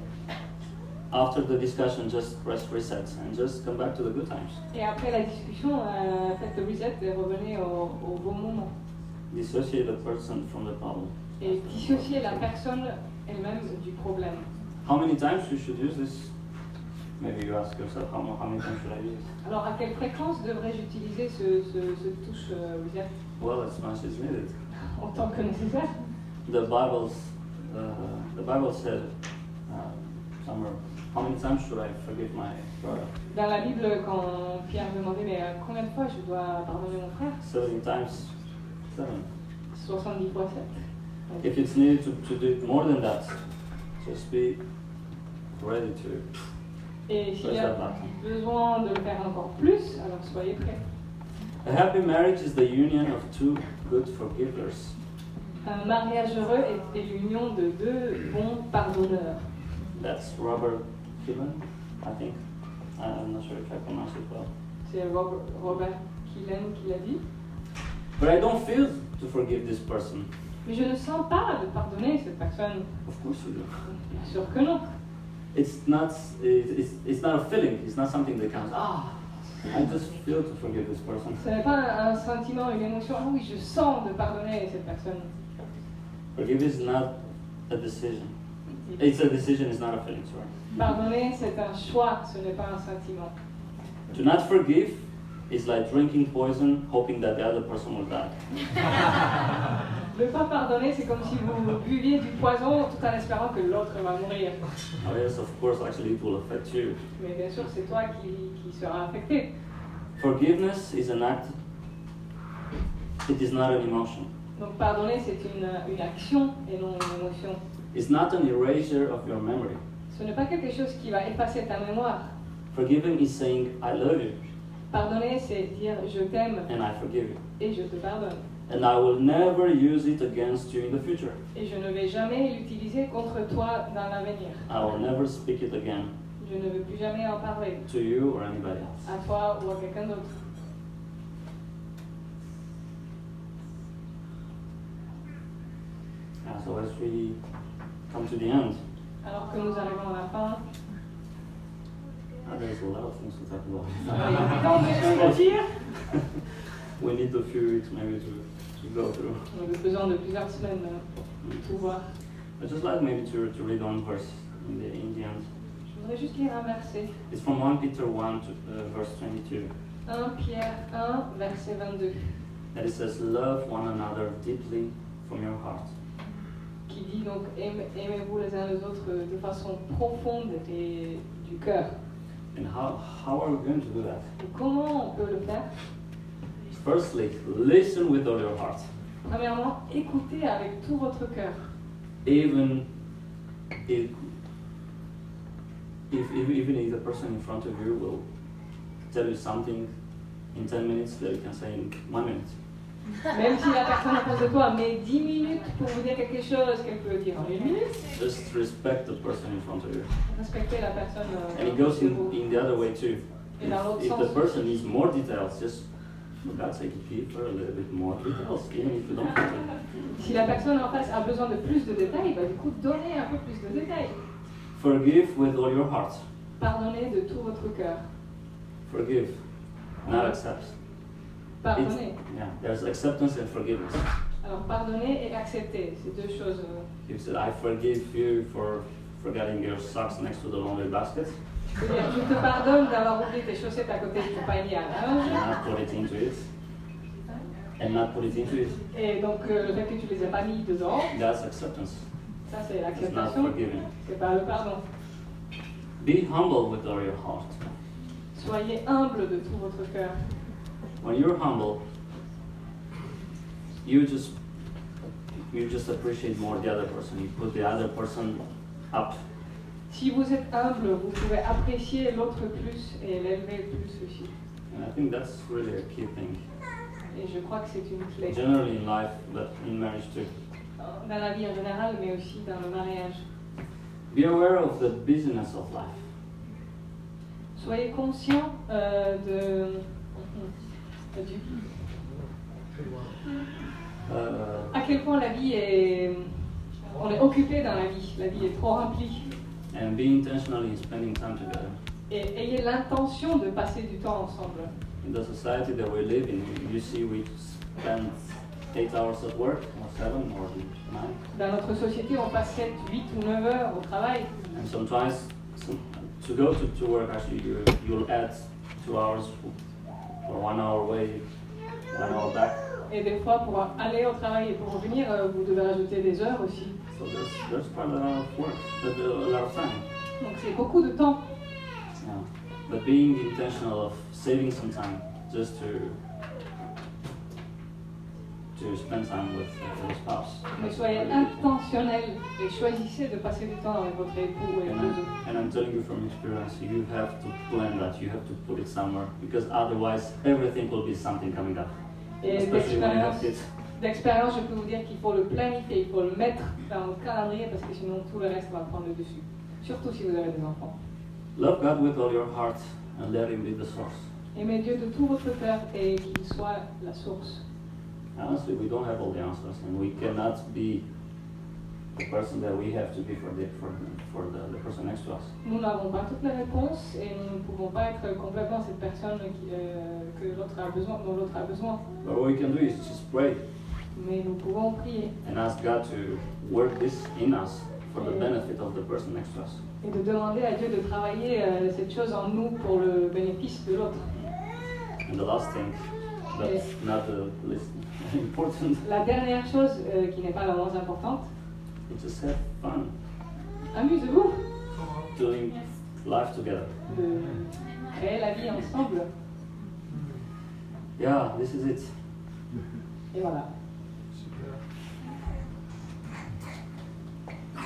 after the discussion, just press reset and just come back to the good times. Et après la discussion, euh, faites le reset et revenez au, au bon moment. Dissociate the person from the problem. Et dissocier la personne elle-même du problème. How many times you should use this? Maybe you ask yourself, how, mo- how many times should I use it? Alors à quelle fréquence devrais-je utiliser ce, ce- ce touche euh, reset Well, as much as needed. autant que nécessaire The Bible's, uh, the Bible said uh, somewhere, how many times should I forgive my brother? Dans la Bible, quand Pierre demandait mais euh, combien de fois je dois pardonner mon frère Seven times seven. 70 fois 7. If it's needed to, to do more than that, just be ready to. Et s'il y a Ça, ça va. besoin de le faire encore plus, alors soyez prêts. A happy marriage is the union of two good forgivers. Un mariage heureux est, est l'union de deux bons pardonneurs. That's Robert Cuban, I think. I'm not sure if I pronounced it well. C'est Robert, Robert Killen qui l'a dit. But I don't feel to forgive this person. Mais je ne sens pas de pardonner cette personne. Of course you do. Bien sûr que non. It's not. It, it's, it's not a feeling. It's not something that comes. Ah, I just feel to forgive this person. Ce n'est pas un, un sentiment, une émotion. Ah oui, je sens de pardonner à cette personne. Forgive is not a decision. It's a decision, it's not a feeling, sorry. Pardonner, c'est un choix, ce n'est pas un sentiment. To not forgive is like drinking poison, hoping that the other person will die. Ne pas pardonner, c'est comme si vous buviez du poison tout en espérant que l'autre va mourir. Oh, yes, of course, actually, it will affect you. Mais bien sûr, c'est toi qui, qui seras affecté. Forgiveness is an act, it is not an emotion. Donc pardonner, c'est une, une action et non une émotion. It's not an erasure of your memory. Ce n'est pas quelque chose qui va effacer ta mémoire. Forgiving is saying, I love you Pardonner, c'est dire je t'aime and I forgive you. et je te pardonne. And I will never use it against you in the future. Et je ne vais jamais l'utiliser contre toi dans l'avenir. I will never speak it again Je ne veux plus jamais en parler to you or anybody else. à toi ou à quelqu'un d'autre. Yeah, so, as we come to the end, Alors que nous arrivons à la fin, uh, there's a lot of things to talk il y a tant de choses à about. dire. we need a few weeks maybe to, to go through. On a besoin de plusieurs semaines euh, pour tout voir. I'd just like maybe to, to read one verse in the, in the end. Je voudrais juste lire un verset. It's from 1 Peter 1, to, uh, verse 22. 1 Pierre 1, verset 22, That it says, Love one another deeply from your heart. qui dit donc Aime- Aimez-vous les uns les autres euh, de façon profonde et du cœur. And how, how are we going to do that? Et Comment on peut le faire Firstly, listen with all your heart, Premièrement, écoutez avec tout votre cœur. even if, if, if even if the person in front of you will tell you something in 10 minutes that you can say in one minute. Même si la personne en face de toi met 10 minutes pour vous dire quelque chose qu'elle peut dire en une minute, Just respect the person in front of you. respectez la personne. euh, And it goes in, vous. in the other way too. In the whole If, if the sense. person needs more details, just for God's sake, give her a little bit more details, even if you don't. have them. Si la personne en face a besoin de plus de détails, bah, du coup, donnez un peu plus de détails. Forgive with all your heart. Pardonnez de tout votre cœur. Forgive, not accept. It's- Pardonnez. yeah, there's acceptance and forgiveness. Alors, pardonnez et acceptez, c'est deux choses. euh, He said, I forgive you for forgetting your socks next to the laundry basket. Je veux dire, je te pardonne d'avoir oublié tes chaussettes à côté de ton panier à And linge. not put it into it. And not put it into it. Et donc, euh, le fait que tu les as pas mis dedans, That's acceptance. ça c'est It's not l'acceptation, forgiving. c'est pas le pardon. Be humble with all your heart. Soyez humble de tout votre cœur. When you're humble, you just you just appreciate more the other person. You put the other person up. Si vous êtes humble, vous pouvez apprécier l'autre plus et l'élever plus aussi. And I think that's really a key thing. Et je crois que c'est une clé Generally in life, but in marriage too. dans la vie en général, mais aussi dans le mariage. Be aware of the busyness of life. Soyez conscient euh, de, euh, du- Uh, à quel point la vie est. On est occupé dans la vie, la vie est trop remplie. and be intentional in spending time together. Et ayez l'intention de passer du temps ensemble. In the society that we live in, you see we spend eight hours at work, or seven, or nine, Dans notre société, on passe 7, 8 ou 9 heures au travail. and sometimes some, to go to, to work actually you, you'll add two hours or one hour away, one hour back. Et des fois, pour aller au travail et pour revenir, euh, vous devez rajouter des heures aussi. So there's there's quite a lot of work, but a lot of time. Donc c'est beaucoup de temps. Yeah. But being intentional of saving some time just to to spend time with uh, with your spouse. Mais soyez intentionnel et choisissez de passer du temps avec votre époux ou And épouse. I'm, and I'm telling you from experience, you have to plan that, you have to put it somewhere, because otherwise everything will be something coming up. Et Especially when you d'expérience, have kids. d'expérience, je peux vous dire qu'il faut le planifier, il faut le mettre dans votre calendrier parce que sinon tout le reste va prendre le dessus. Surtout si vous avez des enfants. Love God with all your heart and let Him be the source. Aimez Dieu de tout votre cœur et qu'il soit la source. Honestly, we don't have all the answers, and we cannot be the person that we have to be for the for, for the, the person next to us. Nous n'avons pas toutes les réponses et nous ne pouvons pas être complètement cette personne qui, euh, que l'autre a besoin, dont l'autre a besoin. But what we can do is just pray Mais nous pouvons prier and ask God to work this in us for the benefit of the person next to us. et de demander à Dieu de travailler euh, cette chose en nous pour le bénéfice de l'autre. And the last thing, that's not the least important, La dernière chose euh, qui n'est pas la moins importante, is just have fun amusez-vous doing life together. de créer la vie ensemble. Yeah, this is it. Et voilà.